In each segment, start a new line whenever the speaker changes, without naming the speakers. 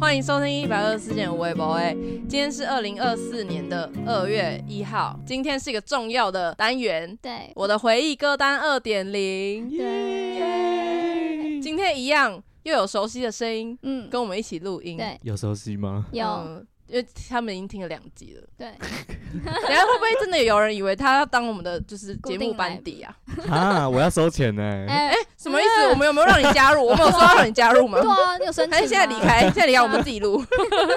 欢迎收听一百二十四件无微博诶，今天是二零二四年的二月一号，今天是一个重要的单元，
对，
我的回忆歌单二点零。
对
今天一样又有熟悉的声音
嗯，
跟我们一起录音，
对，
有熟 悉吗？
有，
嗯因为他们已经听了两集了，
对，
等一下会不会真的有人以为他要当我们的就是节
固
目
定来
班底啊？
啊，我要收钱呢、
哎，
什么意思？我们有没有让你加入？我们有说要让你加入吗
对？啊，你有申请吗？
还是现在离开？现在离开，我们自己录。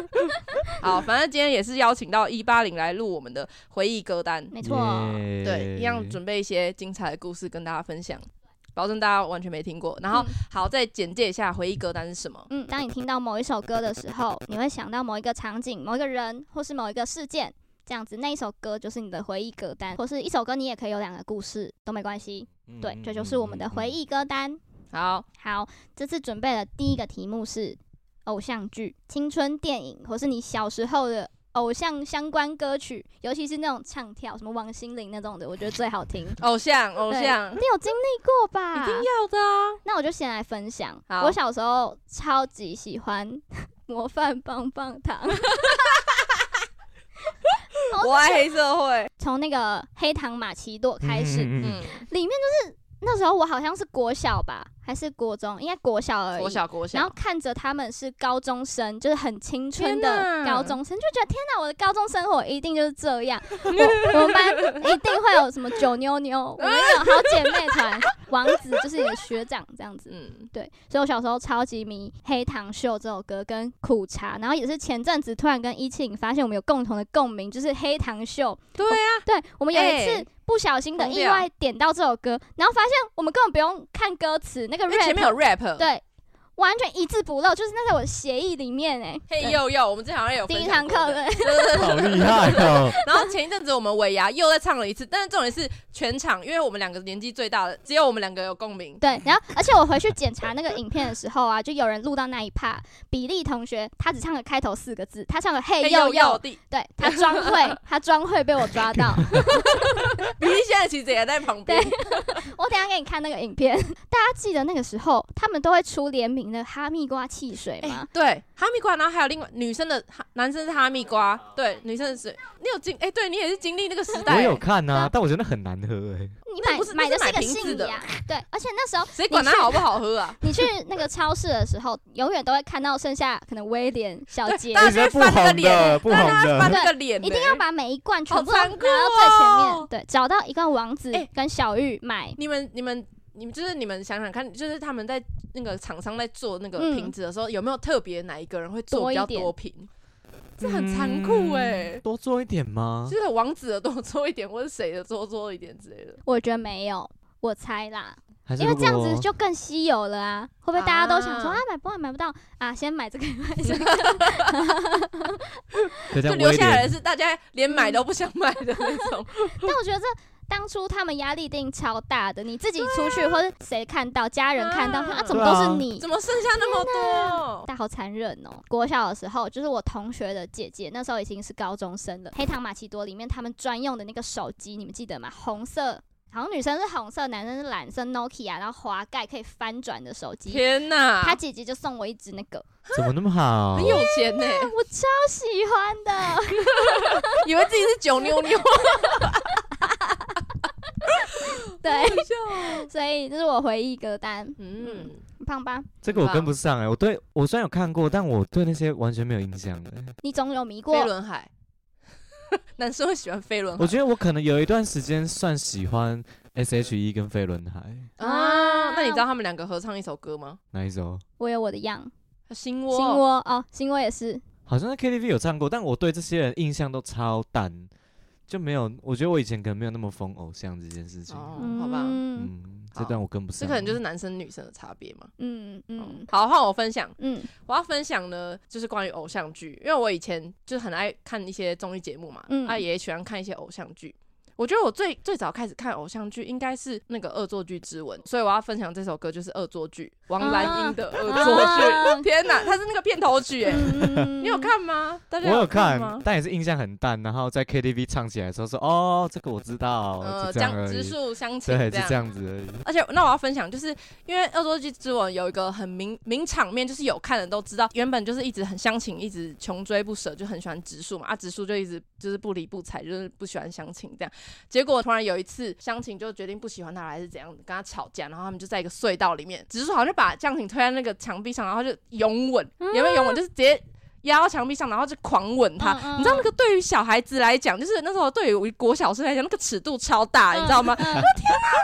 好，反正今天也是邀请到一八零来录我们的回忆歌单，
没错，
耶
对，一样准备一些精彩的故事跟大家分享，保证大家完全没听过。然
嗯
后，好，再简介一下回忆歌单是什么。
嗯，当你听到某一首歌的时候，你会想到某一个场景、某一个人，或是某一个事件，这样子，那一首歌就是你的回忆歌单，或是一首歌你也可以有两个故事，都没关系。
嗯
对，这就是我们的回。忆歌单。
好，
好，这次准备的第一个题目是偶像剧、青春电影，或是你小时候的偶像相关歌曲，尤其是那种唱跳，什么王心凌那种的，我觉得最好听。
偶像，偶像
你，有经历过吧？
一定要的啊。
那我就先来分享，
好
我小时候超级喜欢 模范棒棒糖， 哦
我爱黑社会，
从那个黑糖玛奇朵开始，
嗯嗯嗯
嗯，
里面就是那时候我好像是国小吧，还是国中，应该国小而已。
国小国
然
小
后，看着他们是高中生，就是很青春
天
的
哪
高中生，就觉得天哪，我的高中生活一定就是这 样。我我们班一定会有什么九妞妞，我们有好姐妹 团，王子就是你的学长这样子。
嗯，
对，所以我小时候超级迷《黑糖秀》这首歌跟苦茶，然后也是前阵子突然跟一庆发现我们有共同的共鸣，就是《黑糖秀》。哦
对啊，
对，我们有一
哎
次不小心的
疯
意
掉
外点到这首歌，然后发现我们根本不用看歌词，那个
因为哎前面
rap
有 rap，，
对，完全一字不漏，就是那在我的协议里面哎、
嘿
对
呦呦，我们之前好像有
第
分
一
享过
堂课
的
对，
嗯
嗯好厉 害哦！
然后前一阵子我们尾牙又再唱了一次，但是重点是全场，因为我们两个年纪最大的，只有我们两个有共鸣。
对，然后而且我回去检查那个影片的时候啊，就有人录到那一 part，比利同学他只唱了开头四个字，他唱了嘿
又
呦
又
呦，
弟，
对他装会，他装会被我抓到。
比利现在其实也在旁边。
我等一下给你看那个影片，大家记得那个时候他们都会出联名的哈密瓜汽水
哎
吗？
对，哈密瓜，然后还有另外女生的，哈男生是哈密瓜，对，女生是，你有经，哎，对你也是经历那个时
啊我
代
有，看
对啊
啊，但我觉得很难喝哎。
你
那
买
不是
买
那
的
是
是
买
个
瓶子
信
的
呀、对，而且那时候
谁管它好不好喝啊？
你去那个超市的时候，永远都会看到剩下可能威廉、小
对
杰，
大家
那些
就
不
会翻那个
红
脸
的， 不红
大家翻
的，
那个脸呢，
一定要把每一罐全部都
好
拿
残酷
到最前面，
哦
对，找到一罐王子
哎
跟小玉买，
你们你们你们就是你们想想看，就是他们在那个厂商在做那个
嗯
瓶子的时候，有没有特别哪一个人会做
多
比
一
较
点
多瓶？这很残酷哎、
嗯多做一点吗？
就是王子的多做一点，或是谁的多做一点之类的。
我觉得没有。我猜啦，
还是
因为
如
这样
果
子就更稀有了啊！会不会大家都想说
啊
啊买不到买不到啊，先买这个买这个？
就这
就
样
留
威
下来的
廉，
是大家连买都不想买的那种。
但我觉得这当初他们压力一定超大的，你自己出去、或者谁看到家人看到
啊
说啊，怎么都
对
是
啊
你，
怎么剩下那么多？
但好残忍哦！国小的时候，就是我同学的姐姐，那时候已经是高中生了。黑糖玛奇朵里面他们专用的那个手机，你们记得吗？红色，好像女生是红色，男生是蓝色，Nokia，然后滑盖可以翻转的手机。
天啊哪，
他姐姐就送我一只那 个，哎
怎么那么好
很？有钱呢、
我超喜欢的。
以为自己是九妞 妞，
对，
好笑哦
所以这是我回忆歌单，
嗯，
很棒吧？
这个我跟不上哎，我对我虽然有看过，但我对那些完全没有印象 哎。
你总有迷过
飞轮海， 男生会喜欢飞轮海
我觉得我可能有一段时间算喜欢 S.H.E 跟飞轮海
啊？那你知道他们两个合唱一首歌吗？
哪一首？
我有我的样，
心
心
窝，
窝哦，心窝也是。
好像在 KTV 有唱过，但我对这些人印象都超淡，就没有。我觉得我以前可能没有那么疯偶像这件事情。
哦
嗯，
好吧
嗯
嗯，
好
这段我跟不
这
上。
可能就是男生女生的差别嘛。
嗯
嗯
嗯，
好，换我分享。
嗯
我要分享呢，就是关于偶像剧，因为我以前就是很爱看一些综艺节目嘛，
嗯
啊，也喜欢看一些偶像剧。我觉得我最最早开始看偶像剧应该是那个《恶作剧之吻》，所以我要分享这首歌就是《恶作剧》，王蓝英的《恶作剧》
啊
天哪，它是那个片头曲哎，
嗯
你有？看吗？大
我
家
有
吗
看，？但也是印象很淡。然后在 KTV 唱起来的时候说：“哦，这个我知道。”
呃，
就这样
江
而
直
已。
树相亲
对，
这
就
样
这。样子而已。
而且，那我要分享，就是因为《恶作剧之吻》有一个很名名场面，就是有看的都知道，原本就是一直很相亲，一直穷追不舍，就很喜欢植树嘛。啊，植树就一直就是不理不睬，就是不喜欢相亲这样。结果突然有一次，相亲就决定不喜欢他，还是怎样，跟他吵架，然后他们就在一个隧道里面，植树好像就把相亲推在那个墙壁上，然后就拥吻，
嗯
有没有拥吻？就是直接压到墙壁上，然后就狂吻他。
嗯嗯
你知道那个对于小孩子来讲，就是那时候对于国小生来讲，那个尺度超大，你知道吗？
嗯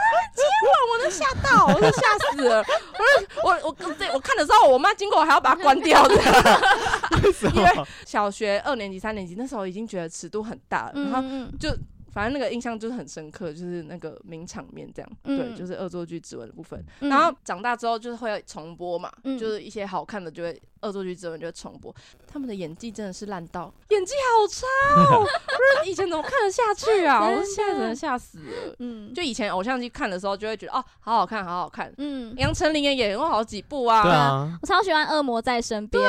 我都吓到，我都吓死了。我就我我对我看的时候，我妈经过我还要把它关掉的。 因
啊
为小学二年级、三年级那时候已经觉得尺度很大了，然后
嗯嗯
反正那个印象就是很深刻，就是那个名场面这样。
嗯
对，就是恶作剧之吻的部分。
嗯，
然后长大之后就是会重播嘛，
嗯
就是一些好看的就会恶作剧之吻就会重播。他们的演技真的是烂到，演技好差 哦！不是以前怎么看得下去啊？我
真的
现在真的吓死了。
嗯
就以前偶像剧看的时候，就会觉得哦，好好看，好好看。
嗯，
杨丞琳也演过好几部啊，
对啊，
我超喜欢《恶魔在身边》，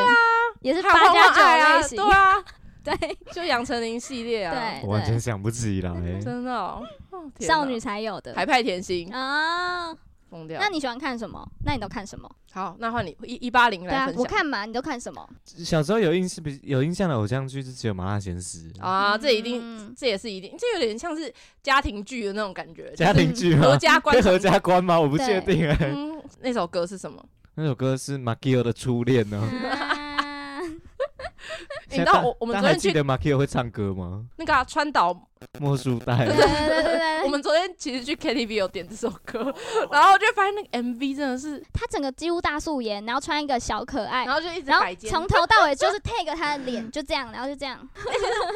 也是
还有
八
《
加
花花爱》啊，
九 类型，
对啊，
啊对
就杨丞琳系列啊，
对
我完全
对，
想不起来。
真的哦，哦天哪
少女才有的
海派甜心
啊。
疯掉
那。你喜欢看什么？那你都看什么？
好，那换你一一八零
对
来
啊
分，享
我看嘛，你都看什么
小时候有印象，比有印象的偶像剧就只有《麻辣鲜师》
啊，这一定，
嗯
这也是一定，这有点像是家庭剧的那种感觉，
家庭剧吗
合？家观
跟合家观吗？我不
对
确定哎、
嗯，那首歌是什么？
那首歌是 Makio 的初恋哦呢、
啊
你知
现在
道
大
我我们
大
昨
家还
天去
记得 Makio 会唱歌吗？
那个啊川岛
莫书
对
带
对对对对
我们昨天其实 去 KTV 有点这首歌，然后就发现那个 MV 真的是，
他整个几乎大素颜，然后穿一个小可爱
然，后就一直
哎 然后
摆肩，
从头到尾就是 tag 他的脸，就这样，然后就这样，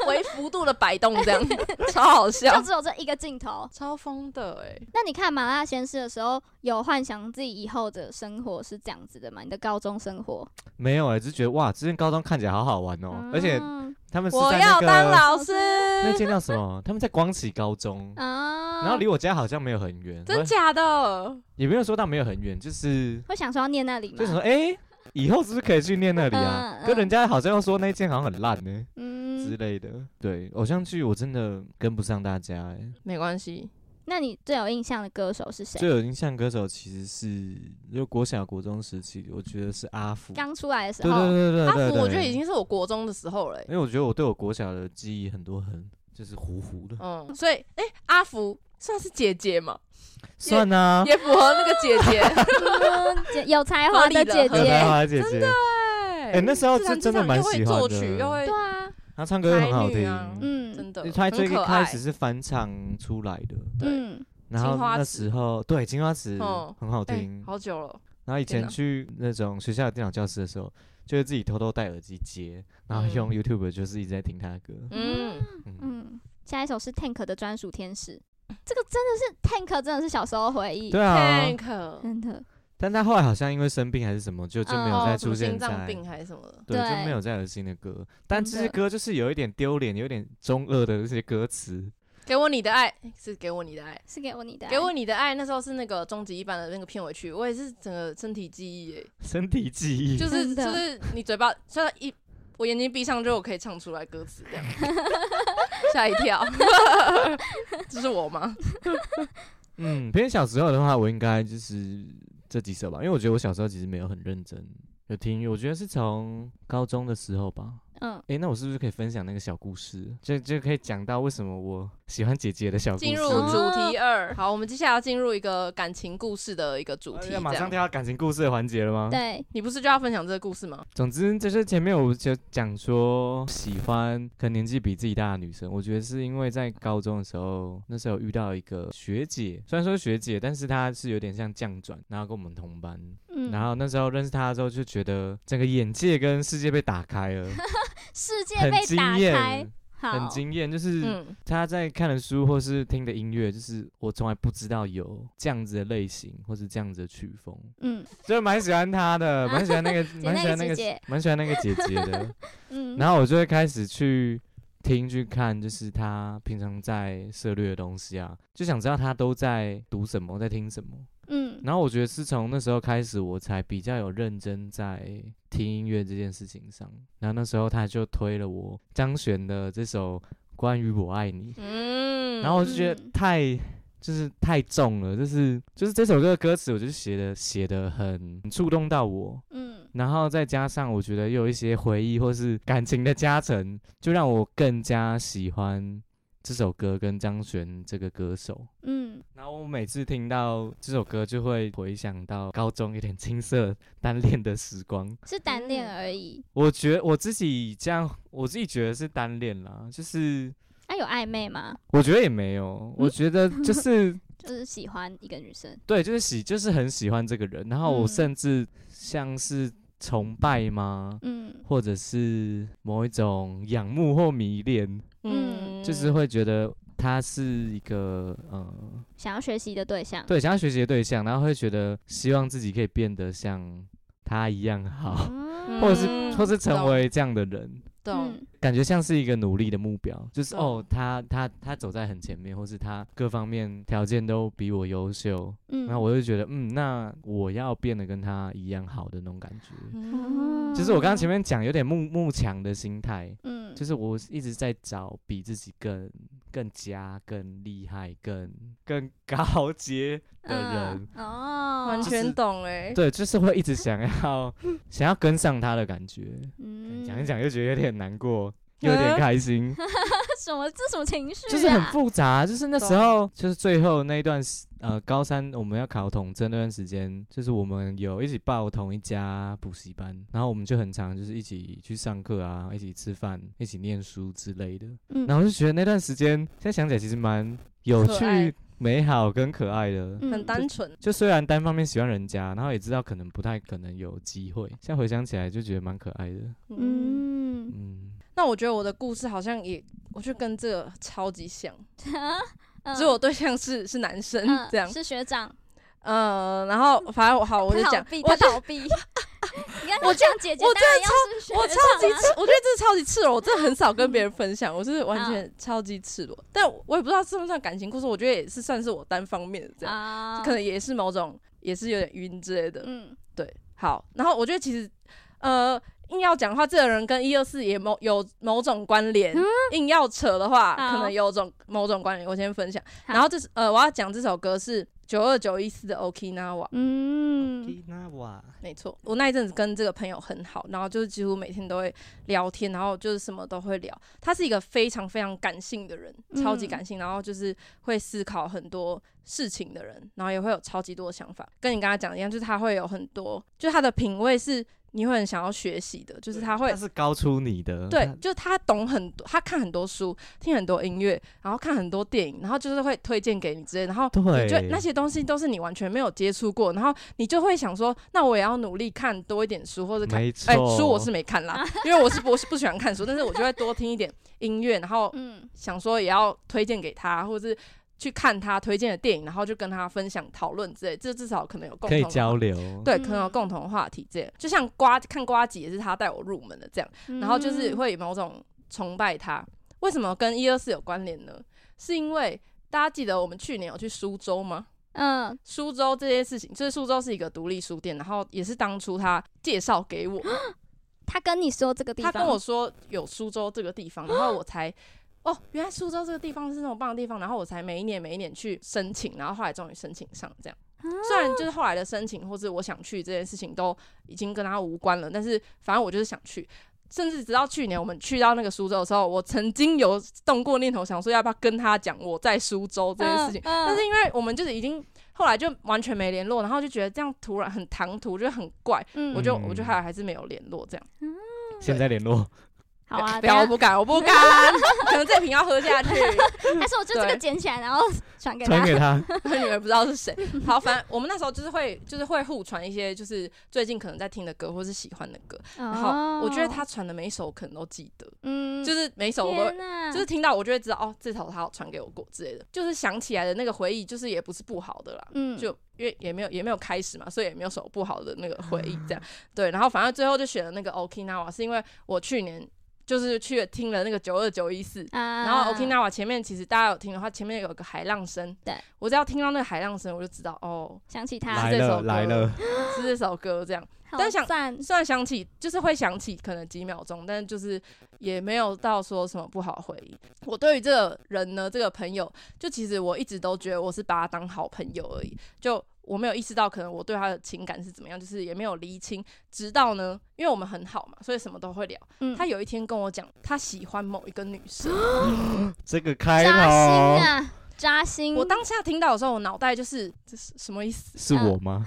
微幅度的摆动 这样，超好笑
就，只有这一个镜头。
超疯的哎、
那你看《麻辣鲜师》的时候，有幻想自己以后的生活是这样子的吗？你的高中生活？
没有哎、只是觉得哇，之前高中看起来好好玩哦、而且
嗯
他们是
啊我
在
要
那
当
个
老师，
那间叫什么？他 们在光启高中，
啊，
嗯然后离我家好像没有很远，
真嗯
我
假的？
也没有说到没有很远，就是
会想说要念那里吗
就？想说哎、以后是不是可以去念那里啊？
嗯嗯
跟人家好像又说那间好像很烂呢、之
嗯，
类的。对，偶像剧我真的跟不上大家哎、
没关系，
那你最有印象的歌手是谁？
最有印象歌手其实是就国小国中时期，我觉得是阿福。对
刚出来的时
对
候，
对对
阿
对
福
对，哎
我觉得已经是我国中的时候了欸、
因为我觉得我对我国小的记忆很多很就是糊糊的，
嗯，所以哎、欸阿福算是姐姐嘛，
算啊，
也符合那个 姐姐，
嗯姐有才华的姐
合
有
理
才
姐，
华的姐姐，
哎
哎，那时候是真的蛮喜
又
欢
会作曲，又
的，
会
对啊，
她唱歌又很好
才女啊
听，
嗯
真的，
她最
很可爱
开始是翻唱出来的，
对
嗯，
然
青
后
花
那
瓷
时候对金花瓷
嗯
很好
哎
听，
好久了，
然后以
天
前
哪
去那种学校的电脑教室的时候，就会自己偷偷戴耳机接，然后
嗯
用 YouTube 就是一直在听她的歌，
嗯，
嗯，
嗯，下一首是 Tank 的专属天使，这个真的是 Tank，真的是小时候回忆，
对
嗯
啊
太，可，
真的。
但她后来好像因为生病还是什么，就就没有
哦
再
嗯什么
出现
心脏
在。
病还是什么的，
对，就
对
没有再有新的歌，但
真
这些
的
歌就是有一点丢脸，有点中二的这些歌词。
给我你的爱是给我你的爱。
是给我你的爱，啊
给我你的爱，那时候是那个终极一班的那个片尾曲，我也是整个身体记忆、欸，
身体记忆，
就是
真的
就是你嘴巴，虽然一我眼睛闭上就我可以唱出来歌词这样， 吓一跳， 这是我吗？
嗯，偏小时候的话，我应该就是这几首吧，因为我觉得我小时候其实没有很认真有听音乐，我觉得是从高中的时候吧。
嗯，
诶，那我是不是可以分享那个小故事？就就可以讲到为什么我喜欢姐姐的小故事。
进入主题二，好，我们接下来要进入一个感情故事的一个主题，
要哎马
这
上
样，
跳到感情故事的环节了吗？
对，
你不是就要分享这个故事吗？
总之，就是前面我就讲说，喜欢可能年纪比自己大的女生，我觉得是因为在高中的时候，那时候有遇到一个学姐，虽然说学姐，但是她是有点像降转，然后跟我们同班，
嗯，
然后那时候认识她之后，就觉得整个眼界跟世界被打开了，
世界
很
被
惊
打开
艳，，
好，
很惊艳，就是
嗯，
她在看的书或是听的音乐，就是我从来不知道有这样子的类型或是这样子的曲风，
嗯
所以蛮喜欢她的，蛮 喜欢那个，蛮喜欢那
姐姐
个，蛮喜欢那个姐姐的。
嗯，
然后我就会开始去听去看，就是他平常在涉猎的东西啊，就想知道他都在读什么，在听什么。
嗯，
然后我觉得是从那时候开始，我才比较有认真在听音乐这件事情上。然后那时候他就推了我张悬的这首《关于我爱你》，
嗯，
然后我就觉得
嗯
太就是太重了，就是就是这首歌的歌词，我就写的写的很很触动到我。
嗯，
然后再加上我觉得又有一些回忆或是感情的加成，就让我更加喜欢这首歌跟张悬这个歌手。
嗯，
然后我每次听到这首歌，就会回想到高中有点青涩单恋的时光。
是单恋
嗯
而已。
我觉得我自己这样，我自己觉得是单恋啦，就是
那、啊有暧昧吗？
我觉得也没有，我觉得就是
就是喜欢一个女生。
对，就是喜，就是很喜欢这个人。然后我
嗯
甚至像是崇拜吗？
嗯
或者是某一种仰慕或迷恋，
嗯
就是会觉得他是一个呃，
想要学习的对象。
对，想要学习的对象，然后会觉得希望自己可以变得像他一样
哦
好，
嗯，
或者
嗯
是或是成
懂
为这样的人，
懂，
感觉像是一个努力的目标，就是
懂
哦，他他他走在很前面，或是他各方面条件都比我优秀，
嗯，
然后我就觉得嗯，那我要变得跟他一样好的那种感觉。
嗯
就是我刚刚前面讲有点慕慕强的心态，
嗯，
就是我一直在找比自己更更加、更厉害、更更 高阶的人。
嗯、哦，
完
就
全
是
懂哎，
对，就是会一直想要想要跟上他的感觉。
嗯
讲一，讲又觉得有点难过，又有点
嗯
开 心，
这什么这什么情绪、啊？
就是很复杂。就是那时候，就是最后那一段时呃高三我们要考统测那段时间，就是我们有一起报同一家补习班，然后我们就很常就是一起去上课啊，一起吃饭，一起念书之类的。
嗯，
然后就觉得那段时间，现在想起来其实蛮有
可爱
趣、美好跟可爱的。
嗯
很单纯，
就虽然单方面喜欢人家，然后也知道可能不太可能有机会，现在回想起来就觉得蛮可爱的。
嗯，
嗯，
嗯，
那我觉得我的故事好像也，我就跟这个超级像，
嗯
只是我对象是是男生
嗯
这样，
是学长，
嗯，然后反正我好，我就
他
讲
逃，避，
我
他
就
逃 避。你看他
我
这样姐姐，
我
当然要是学
我
长
超
啊
级赤，我觉得这是超级赤裸，我真的很少跟别人分享，我是
嗯
完全超级赤裸。但我也不知道算不算感情故事，我觉得也是算是我单方面的这样，
啊，
可能也是某种也是有点晕之类的。
嗯
对，好，然后我觉得其实呃。硬要讲的话，这个人跟一二四也某有某种关联。硬要扯的话，
嗯好
可能有种某种关联。我先分享，
好
然后这是呃，我要讲这首歌是九二九一四的 Okinawa。
嗯
那哇，
没错，我那一阵子跟这个朋友很好，然后就是几乎每天都会聊天，然后就是什么都会聊。他是一个非常非常感性的人，
嗯
超级感性，然后就是会思考很多事情的人，然后也会有超级多的想法。跟你刚才讲的一样，就是他会有很多，就他的品味是你会很想要学习的，就是他会
他是高出你的，
对
他，
就是他懂很多，他看很多书，听很多音乐，然后看很多电影，然后就是会推荐给你之类，然后
对
你就那些东西都是你完全没有接触过，然后你就会想说，那我也要努力看多一点书，或者看。
没
哎、
错。
书我是没看 啦，因为我是不我是不喜欢看书，但是我就会多听一点音乐，然后
哦
嗯
想说也要推荐给他，或者是去看他推荐的电影，然后就跟他分享讨论之类，这至少可能有共
可以
同的
交
话，
流，
对，可能有
嗯
共同话题这样。就像瓜看瓜子也是他带我入门的这样。然后就是
嗯
会有某种崇拜他。为什么跟一二四有关联呢？是因为大家记得我们去年有去苏州吗？
嗯
苏州这些事情，就是苏州是一个独立书店，然后也是当初他介绍给 我，
他跟你说这个地
他
方，
跟我说有苏州这个地方，然后我 才。哦，原来苏州这个地方是那种棒的地方，然后我才每一年每一年去申请，然后后来终于申请上这样。
啊
虽然就是后来的申请或是我想去这件事情都已经跟他无关了，但是反正我就是想去。甚至直到去年我们去到那个苏州的时候，我曾经有动过念头，想说要不要跟他讲我在苏州这件事情。
嗯嗯
但是因为我们就是已经后来就完全没联络，然后就觉得这样突然很唐突，就很怪，
嗯
我就我就后来还是没有联络这样。
现在联络，
好啊，
不要，我
等
不敢，我不 敢，可能这瓶要喝下去，
一下还是我就这个
对
捡起来，然后传给
传
他。
给他，
你们不知道是谁。好，反正我们那时候就是会，就是会互传一些，就是最近可能在听的歌或是喜欢的歌。
然
然后我觉得他，传的每一首我可能都记得，
哦嗯，
就是每一首我都
天哪，
就是听到我就会知道，哦，这首他有传给我过之类的，就是想起来的那个回忆，就是也不是不好的啦。
嗯，
就因为也没有也没有开始嘛，所以也没有什么
啊
不好的那个回忆这样。对，然后反正最后就选了那个 Okinawa，是因为我去年就是去了听了那个九二九一四。
啊
然后 Okinawa 前面其实大家有听的话，前面有个海浪声，
对
我只要听到那个海浪声，我就知道哦，
想起
是
他
来
这
了
首歌
来了，
是这首歌这样。
好
但想
赞
虽然想起，就是会想起可能几秒钟，但就是也没有到说什么不好的回忆。我对于这个人呢，这个朋友，就其实我一直都觉得我是把他当好朋友而已，就我没有意识到可能我对他的情感是怎么样，就是也没有厘清。直到呢，因为我们很好嘛，所以什么都会聊。
嗯
他有一天跟我讲，他喜欢某一个女生。
这个开
扎心
头
啊，扎心！
我当下听到的时候，我脑袋就是这是什么意思？
是我吗？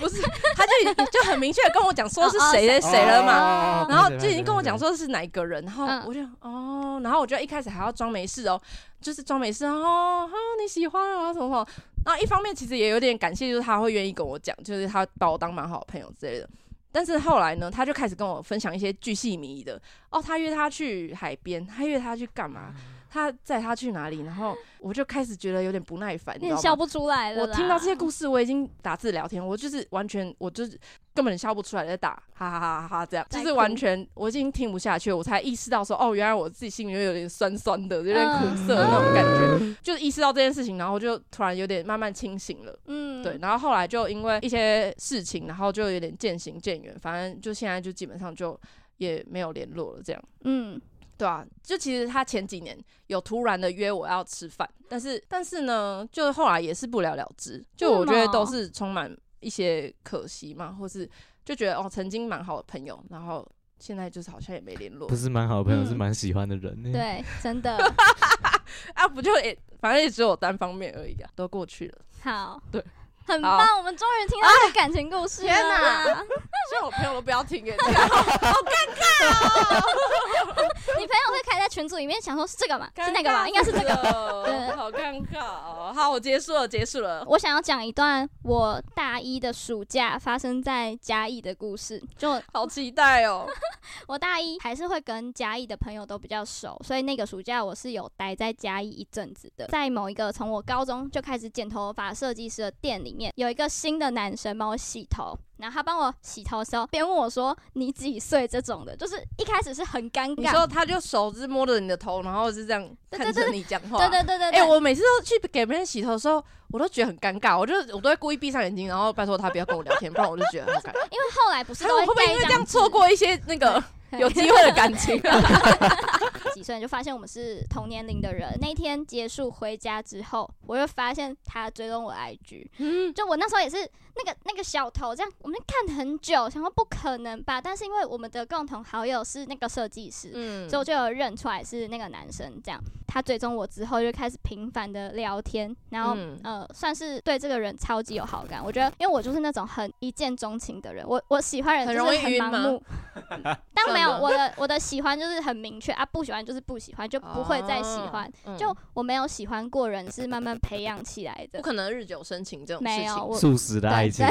不是，他就已经就很明确地跟我讲说是谁谁谁了
哦
嘛。
嘛
然后就已经跟我讲说是哪一个人，然后
嗯
我就哦，然后我就一开始还要装没事哦，就是装没事哦，哦你喜欢啊什么什么。然后一方面其实也有点感谢，就是他会愿意跟我讲，就是他把我当蛮好的朋友之类的。但是后来呢，他就开始跟我分享一些巨细靡遗的哦，他约他去海边，他约他去干嘛，他载他去哪里，然后我就开始觉得有点不耐烦，你
有
知道吗？
点笑不出来了
我
啦。
听到这些故事，我已经打字聊天，我就是完全，我就是根本笑不出来，在打哈哈哈哈哈这样，
在
就
哭
是完全我已经听不下去，我才意识到说，哦，原来我自己心里面有点酸酸的，有点苦涩的那种感觉，
嗯
就意识到这件事情，然后就突然有点慢慢清醒了。
嗯，
对，，然后后来就因为一些事情，然后就有点渐行渐远，反正就现在就基本上就也没有联络了，这样。
嗯，
对啊，就其实他前几年有突然的约我要吃饭，但是但是呢，就后来也是不了了之。就我觉
为
得
什么
都是充满一些可惜嘛，或是就觉得哦，曾经蛮好的朋友，然后现在就是好像也没联络
不是蛮好的朋友，
嗯
是蛮喜欢的人欸呢。
对，真的
啊，不就也反正也只有我单方面而已啊，都过去了。
好，
对，
很
好哎
棒，我们终于听到这个感情故事了。
天哪！所以我朋友都不要听哎、欸，
你朋友会开在群组里面想说是这个嘛，
尴尬
是那个嘛，应该是这
死
个。
了
对
好尴尬哦。好，我结束了，结束了。
我想要讲一段我大一的暑假发生在嘉义的故事。就
好期待哦！
我大一还是会跟嘉义的朋友都比较熟，所以那个暑假我是有待在嘉义一阵子的。在某一个从我高中就开始剪头发设计师的店里面，有一个新的男生帮我洗头，然后他帮我洗头的时候，边问我说你几岁这种的，就是一开始是很尴
你
尬。
说他就手指摸着你的头，然后是这样
对
看
对
着你讲话，
对对对对
哎、
对，
我每次都去给别人洗头的时候，我都觉得很尴尬，我就我都会故意闭上眼睛，然后拜托他不要跟我聊天，不然我就觉得很 尴尬。
因为后来不是
还有
都
哎我
会
会不会因为
盖一
这
张
样
纸
错过一些那个 有机会的感 情、啊？
几岁就发现我们是同年龄的人。那一天结束回家之后，我就发现他追踪我 IG，
嗯，
就我那时候也是那个那个小头这样，我们看很久，想说不可能吧，但是因为我们的共同好友是那个设计师。
嗯
所以我就有认出来是那个男生，这样他追踪我之后就开始频繁的聊天，然后、
嗯
呃算是对这个人超级有好感。我觉得，因为我就是那种很一见钟情的人，我我喜欢人
很
就是
容易
很
晕
盲
吗
目， 但没有
算了
我的我的喜欢就是很明确啊，不喜欢就是不喜欢，就不会再喜欢。
嗯
就我没有喜欢过人，是慢慢培养起来
不
的。
可能日久生情这种事
没有，
情。
我
素食的爱情，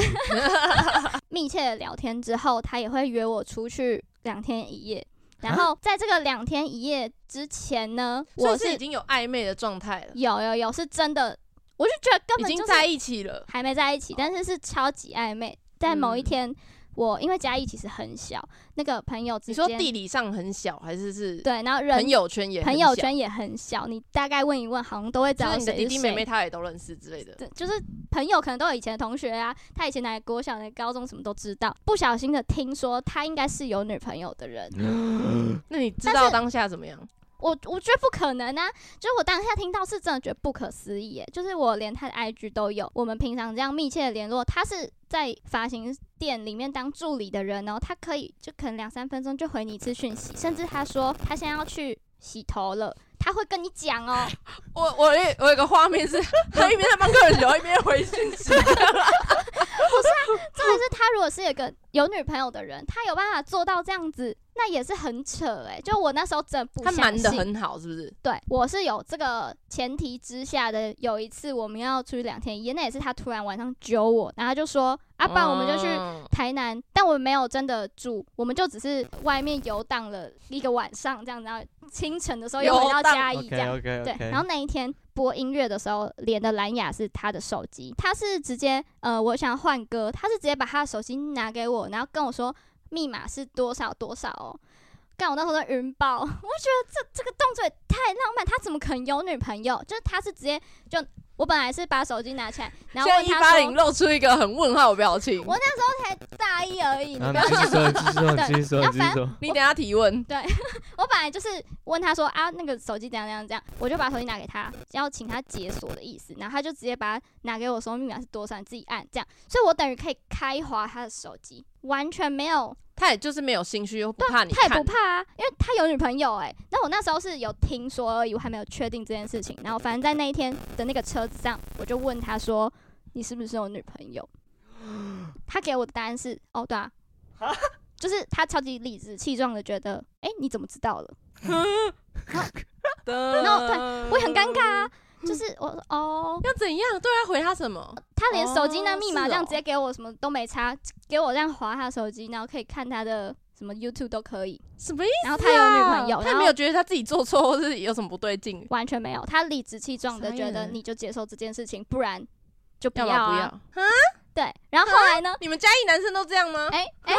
密切的聊天之后，他也会约我出去两天一夜。然后在这个两天一夜之前呢，
所
我
以是
是
已经有暧昧的状态了，
有有有是真的，我就觉得根
已
本
经
就是
在一起了。
还没在一起，但是是超级暧昧。在某一
哦嗯
天，我因为嘉义其实很小，那个朋友之
你说
间
地理上很小，还是是
对，然后人
朋友圈也很
朋友
小，
圈也很小，你大概问一问，好像都会知
就
道
是
谁
你的弟弟
是
妹
谁
妹他也都认识之类的。
对，就是朋友可能都有以前的同学啊，他以前哪个国小、哪个高中什么都知道。不小心的听说他应该是有女朋友的人，
那你知
但
道
是
当下怎么样？
我我觉得不可能啊！就是我当下听到是真的觉得不可思议耶，就是我连他的 IG 都有，我们平常这样密切的联络，他是在发型店里面当助理的人哦，他可以就可能两三分钟就回你一次讯息，甚至他说他现在要去洗头了，他会跟你讲哦。
我我有我有个画 面是，他一边在帮客人聊，一边回讯息。
重点是他如果是有个有女朋友的人，他有办法做到这样子，那也是很扯哎、就我那时候真的 不
他
相
瞒
信。
的很好，是不是？
对，我是有这个前提之下的。有一次我们要出去两天一夜，那也是他突然晚上揪我，然后他就说：“啊，不然我们就去
嗯
台南。但我们没有真的住，我们就只是外面游荡了一个晚上这样，然后清晨的时候又回
游
到
荡
嘉义这
OK
样。
OK
对
OK，，
然后那一天播音乐的时候连的蓝牙是他的手机，他是直接呃，我想要换歌，他是直接把他的手机拿给我，然后跟我说密码是多少多少哦。干，我那时候都晕爆， 我觉得这这个动作也太浪漫，他怎么可能有女朋友？就是他是直接就我本来是把手机拿起来，然后
现在
问
一
他
八
说
零露出一个很问号的表情。
我才大一而已，你不
然
要
后啊你继续 说，你继续说，你继续说，
对
你继续说。
你等一下提问，
我本来就是问他说啊，那个手机怎样怎样怎样，我就把手机拿给他，要请他解锁的意思，然后他就直接把它拿给我说密码是多少，你自己按这样，所以我等于可以开滑他的手机，完全没有，
他也就是没有兴趣，又不怕你
他也
看
不。怕啊，因为他有女朋友哎、那我那时候是有听说而已，我还没有确定这件事情，然后反正在那一天的那个车子上，我就问他说你是不是有女朋友， 他给我的答案是哦对啊，就是他超级理直气壮的觉得，哎、你怎么知道了？然后
对
我也很尴尬啊，
嗯
就是我说哦，
要怎样？对，啊要回他什么？
他连手机那
哦
密码
是
这样
哦
直接给我什么都没插，给我这样划他手机，然后可以看他的什么 YouTube 都可以。
什么意思啊？
然后他有女朋友，
他
然
没
后
有觉得他自己做错，或是有什么不对劲？
完全没有，他理直气壮的
傻
觉得
眼
你就接受这件事情，不然就不
要
要
不要不要？
啊。
啊，
对，然后后来呢？
你们嘉义男生都这样吗？
哎哎，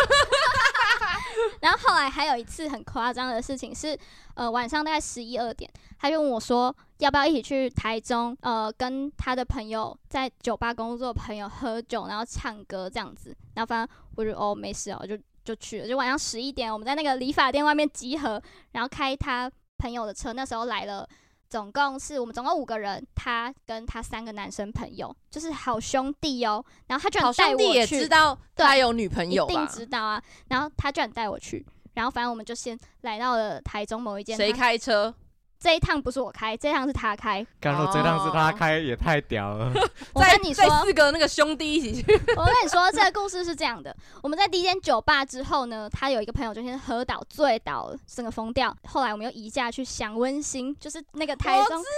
然后后来还有一次很夸张的事情是，呃，晚上大概十一二点，他就问我说要不要一起去台中，呃，跟他的朋友在酒吧工作的朋友喝酒，然后唱歌这样子。然后反正我就哦没事哦，我就就去了。就晚上十一点，我们在那个理发店外面集合，然后开他朋友的车，那时候来了。总共是我们总共五个人，他跟他三个男生朋友，就是好兄弟哦。然后他居然
好
带
兄
我
弟也
去
知道
对
他有女朋友
一定
吧？
知道啊。然后他居然带我去，然后反正我们就先来到了台中某一间。
谁
他？
开车？
这一趟不是我开，这一趟是他开。
刚说这趟是他开，也太屌了。
我
在
跟你说
在，四个那个兄弟一起去，
我跟你说，这个故事是这样的：我们在第一间酒吧之后呢，他有一个朋友就先喝倒、醉倒了，整个疯掉。后来我们又移驾去享温馨，就是那个台中
我知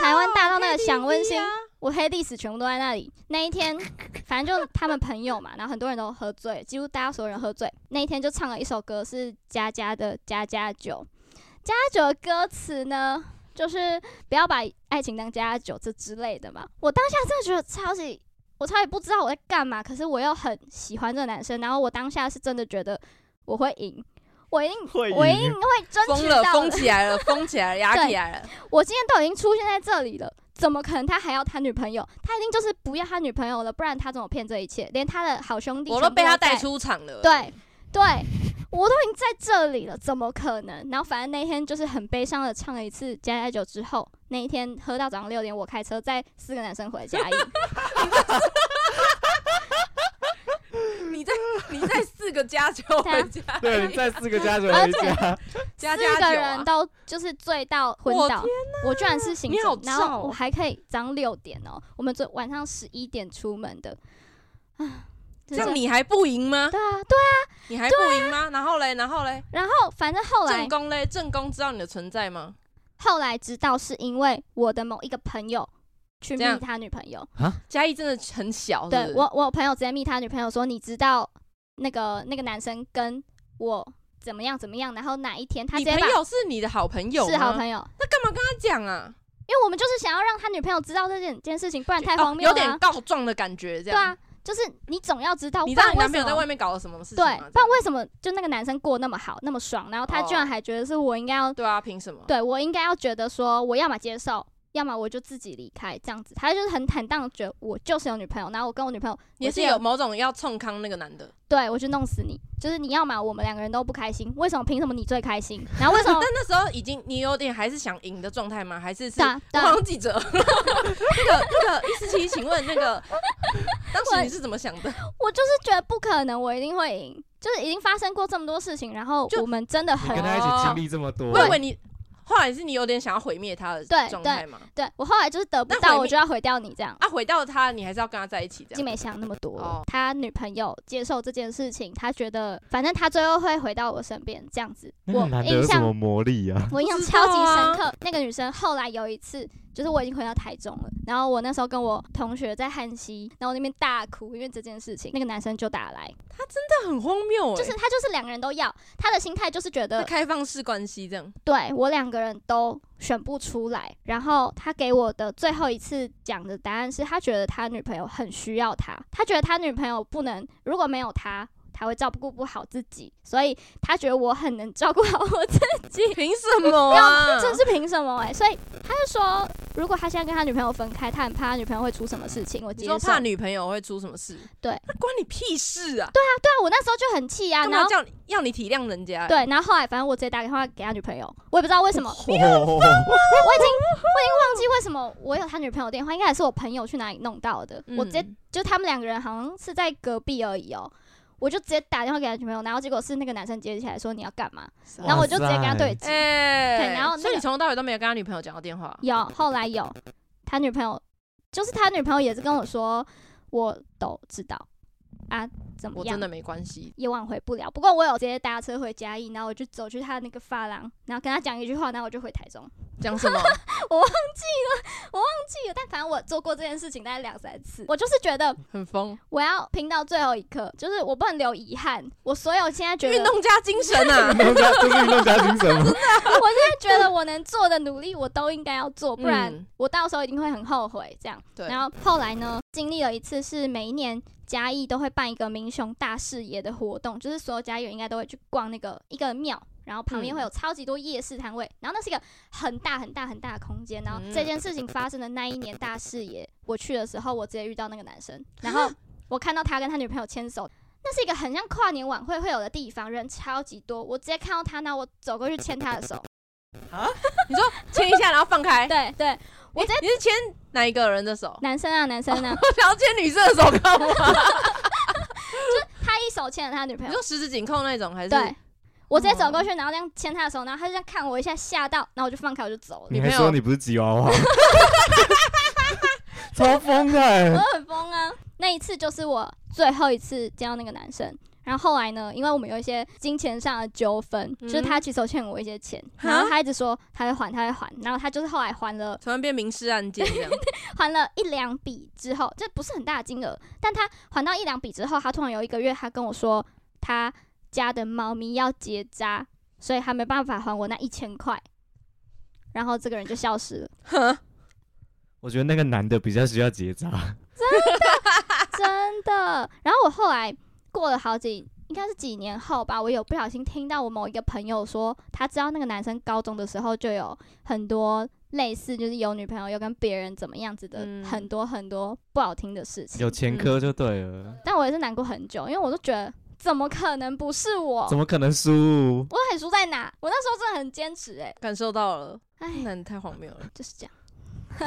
台湾大道那个享温馨
KTV 啊，
我黑历史全部都在那里。那一天，反正就他们朋友嘛，然后很多人都喝醉，几乎大家所有人喝醉。那一天就唱了一首歌，是佳佳的《佳佳酒》。佳佳酒的歌词呢，就是不要把爱情当佳佳酒这之类的嘛。我当下真的觉得超级，我超级不知道我在干嘛，可是我又很喜欢这个男生，然后我当下是真的觉得我会赢，我一定，
会
我一定会 争
疯
取
了，
到
疯
的
起来了，疯起来了，压起来了。
我今天都已经出现在这里了，怎么可能他还要他女朋友？他一定就是不要他女朋友了，不然他怎么骗这一切？连他的好兄弟
我
全
都
部
被他
在
带，出场了。
对，对，我都已经在这里了，怎么可能？然后反正那天就是很悲伤的唱了一次《加加酒》之后，那一天喝到早上六点，我开车载四个男生 回家。
你在 你在四个家酒回家，
对，在四个家族
而
回
且
家
家，
家
啊四个
酒
人
啊。
都就是醉到昏
我
倒，我居然是醒
你好哦
着，然
照
后我还可以早上六点哦、我们昨晚上十一点出门的，啊，
这
真
样
是
你还不赢吗？
对啊，
你还不赢吗？然后嘞，然后嘞，
然后反正后
正
来
宫嘞，正宫知道你的存在吗？
后来知道是因为我的某一个朋友去
这样
密他女朋友，
嘉义真的很小，是不
对
是
我我有朋友直接密他女朋友说你知道那个那个男生跟我怎么样怎么样，然后哪一天他
你
直接
朋
把
友是你的好朋友吗，
是好朋友，
那干嘛跟他讲啊？
因为我们就是想要让他女朋友知道这件件事情，不然太
哦
荒谬
有
了
点
啊、
告状的感觉，这
对
样。
啊，就是你总要知道，
你知
不
道
然
你男
为
朋友
什
在
么
外面搞了什么事情
对
吗？这样，
不然为什么就那个男生过那么好，那么爽，然后他居然
哦
还觉得是我应该要
对啊，凭什么？
对我应该要觉得说，我要么接受，要么我就自己离开，这样子。他就是很坦荡的觉得我就是有女朋友，然后我跟我女朋友
也
我
是
是
有
有，
某种要冲康那个男的，
对我就弄死你，就是你要么我们两个人都不开心，为什么凭什么你最开心？然后 为什么
但？那时候已经你有点还是想赢的状态吗？还是是
对啊
我
对啊
好像记 者，那个那个一四七，请问那个当时你是怎么想的？
我就是觉得不可能，我一定会赢，就是已经发生过这么多事情，然后
就
我们真的
你
很
跟他一起经历这么多
哦
我，以为你后来是你有点想要毁灭他的
对
状态嘛？
对我后来就是得
那
不
毁
到，
灭
我就要毁掉你这样。
啊，毁掉他，你还是要跟他在一起这
既
样？
没想那么多，
哦
他女朋友接受这件事情，他觉得反正他最后会回到我身边这样子。
那个
我
男的有
印
什
象
么魔力啊？
我印象
不知
超
道
级
啊
深刻。那个女生后来有一次，就是我已经回到台中了，然后我那时候跟我同学在汉溪，然后那边大哭，因为这件事情，那个男生就打来，
这很荒谬
就
哎
是，他就是两个人都要，他的心态就是觉
那
得
开放式关系这 样，
对我两个人都选不出来。然后他给我的最后一次讲的答案是他觉得他女朋友很需要他，他觉得他女朋友不能如果没有他。他会照顾不好自己，所以他觉得我很能照顾好我自己。
凭什么啊？
这是凭什么哎、所以他就说，如果他现在跟他女朋友分开，他很怕他女朋友会出什么事情。我
你
接受。
说怕女朋友会出什么事？
对，
那关你屁事啊！
对啊，我那时候就很气啊，
干
然
嘛
后
叫你要你体谅人家？，
对，然后后来反正我直接打电话给他女朋友，我也不知道为 什么，我已经我已经忘记为什么我有他女朋友电话，应该也是我朋友去哪里弄到的。我直接
嗯
就他们两个人好像是在隔壁而已哦，我就直接打电话给他女朋友，然后结果是那个男生接起来说你要干嘛，然后我就直接跟他对峙。
哎、
对然后那个
所以你从头到尾都没有跟他女朋友讲过电话，
有后来有他女朋友，就是他女朋友也是跟我说，我都知道啊，怎么
我
样
真的？没关系。
也挽回不了，不过我有直接搭车回嘉义，然后我就走去他那个发廊，然后跟他讲一句话，然后我就回台中。
讲什么？
记得，但反正我做过这件事情大概两三次。我就是觉得
很疯，
我要拼到最后一刻，就是我不能留遗憾。我所有现在觉
运
得，
动家精神啊！
弄家这是运动家精神吗？
我现在觉得我能做的努力，我都应该要做，不然
嗯
我到时候一定会很后悔。这样，
对
然后后来呢，经历了一次是每一年嘉义都会办一个民雄大视野的活动，就是所有嘉义人应该都会去逛那个一个庙。然后旁边
嗯
会有超级多夜市摊位，然后那是一个很大很大很大的空间。然后
嗯
这件事情发生的那一年大视野，我去的时候，我直接遇到那个男生，然 后我看到他跟他女朋友牵手，那是一个很像跨年晚会会有的地方，人超级多。我直接看到他，然后我走过去牵他的手，
牵一下，然后放开。
对 对，我
你是牵哪一个人的手？
男生啊男生 啊，
我想要牵女生的手干嘛？
他一手牵着他女朋
你
友，
说十指紧扣那种还是？
对。我直接走过去，然后这样牵他的手，然后他就这样看我一下，吓到，然后我就放开，我就走了。
你还说你不是吉娃娃， 超疯的 欸、
我很疯啊！那一次就是我最后一次见到那个男生。然后后来呢，因为我们有一些金钱上的纠纷，
嗯
就是他其实有欠我一些钱，
哈
然后他一直说他会还，他会还，然后他就是后来还了，
突然变民事案件 这样。
还了一两笔之后，这不是很大的金额，但他还到一两笔之后，他突然有一个月，他跟我说他家的猫咪要结扎，所以他没办法还我那一千块，然后这个人就消失了。
我觉得那个男的比较需要结扎，
真的。然后我后来过了好几，应该是几年后吧，我有不小心听到我某一个朋友说，他知道那个男生高中的时候就有很多类似，就是有女朋友又跟别人怎么样子的，
嗯
很多很多不好听的事情。
有前科就对了，
但我也是难过很久，因为我都觉得怎么可能不是我
怎？么可能输？
我很输在哪？我那时候真的很坚持哎、
感受到了，
哎，
那你太荒谬了。
就是这样。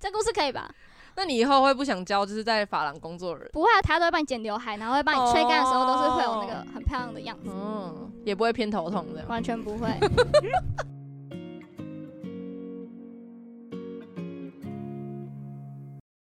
这故事可以吧？
那你以后会不想交就是在法郎工作的人？
不会啊，他都会帮你剪刘海，然后会帮你吹干的时候
哦
都是会有那个很漂亮的样子。
嗯，也不会偏头痛这样。
完全不会。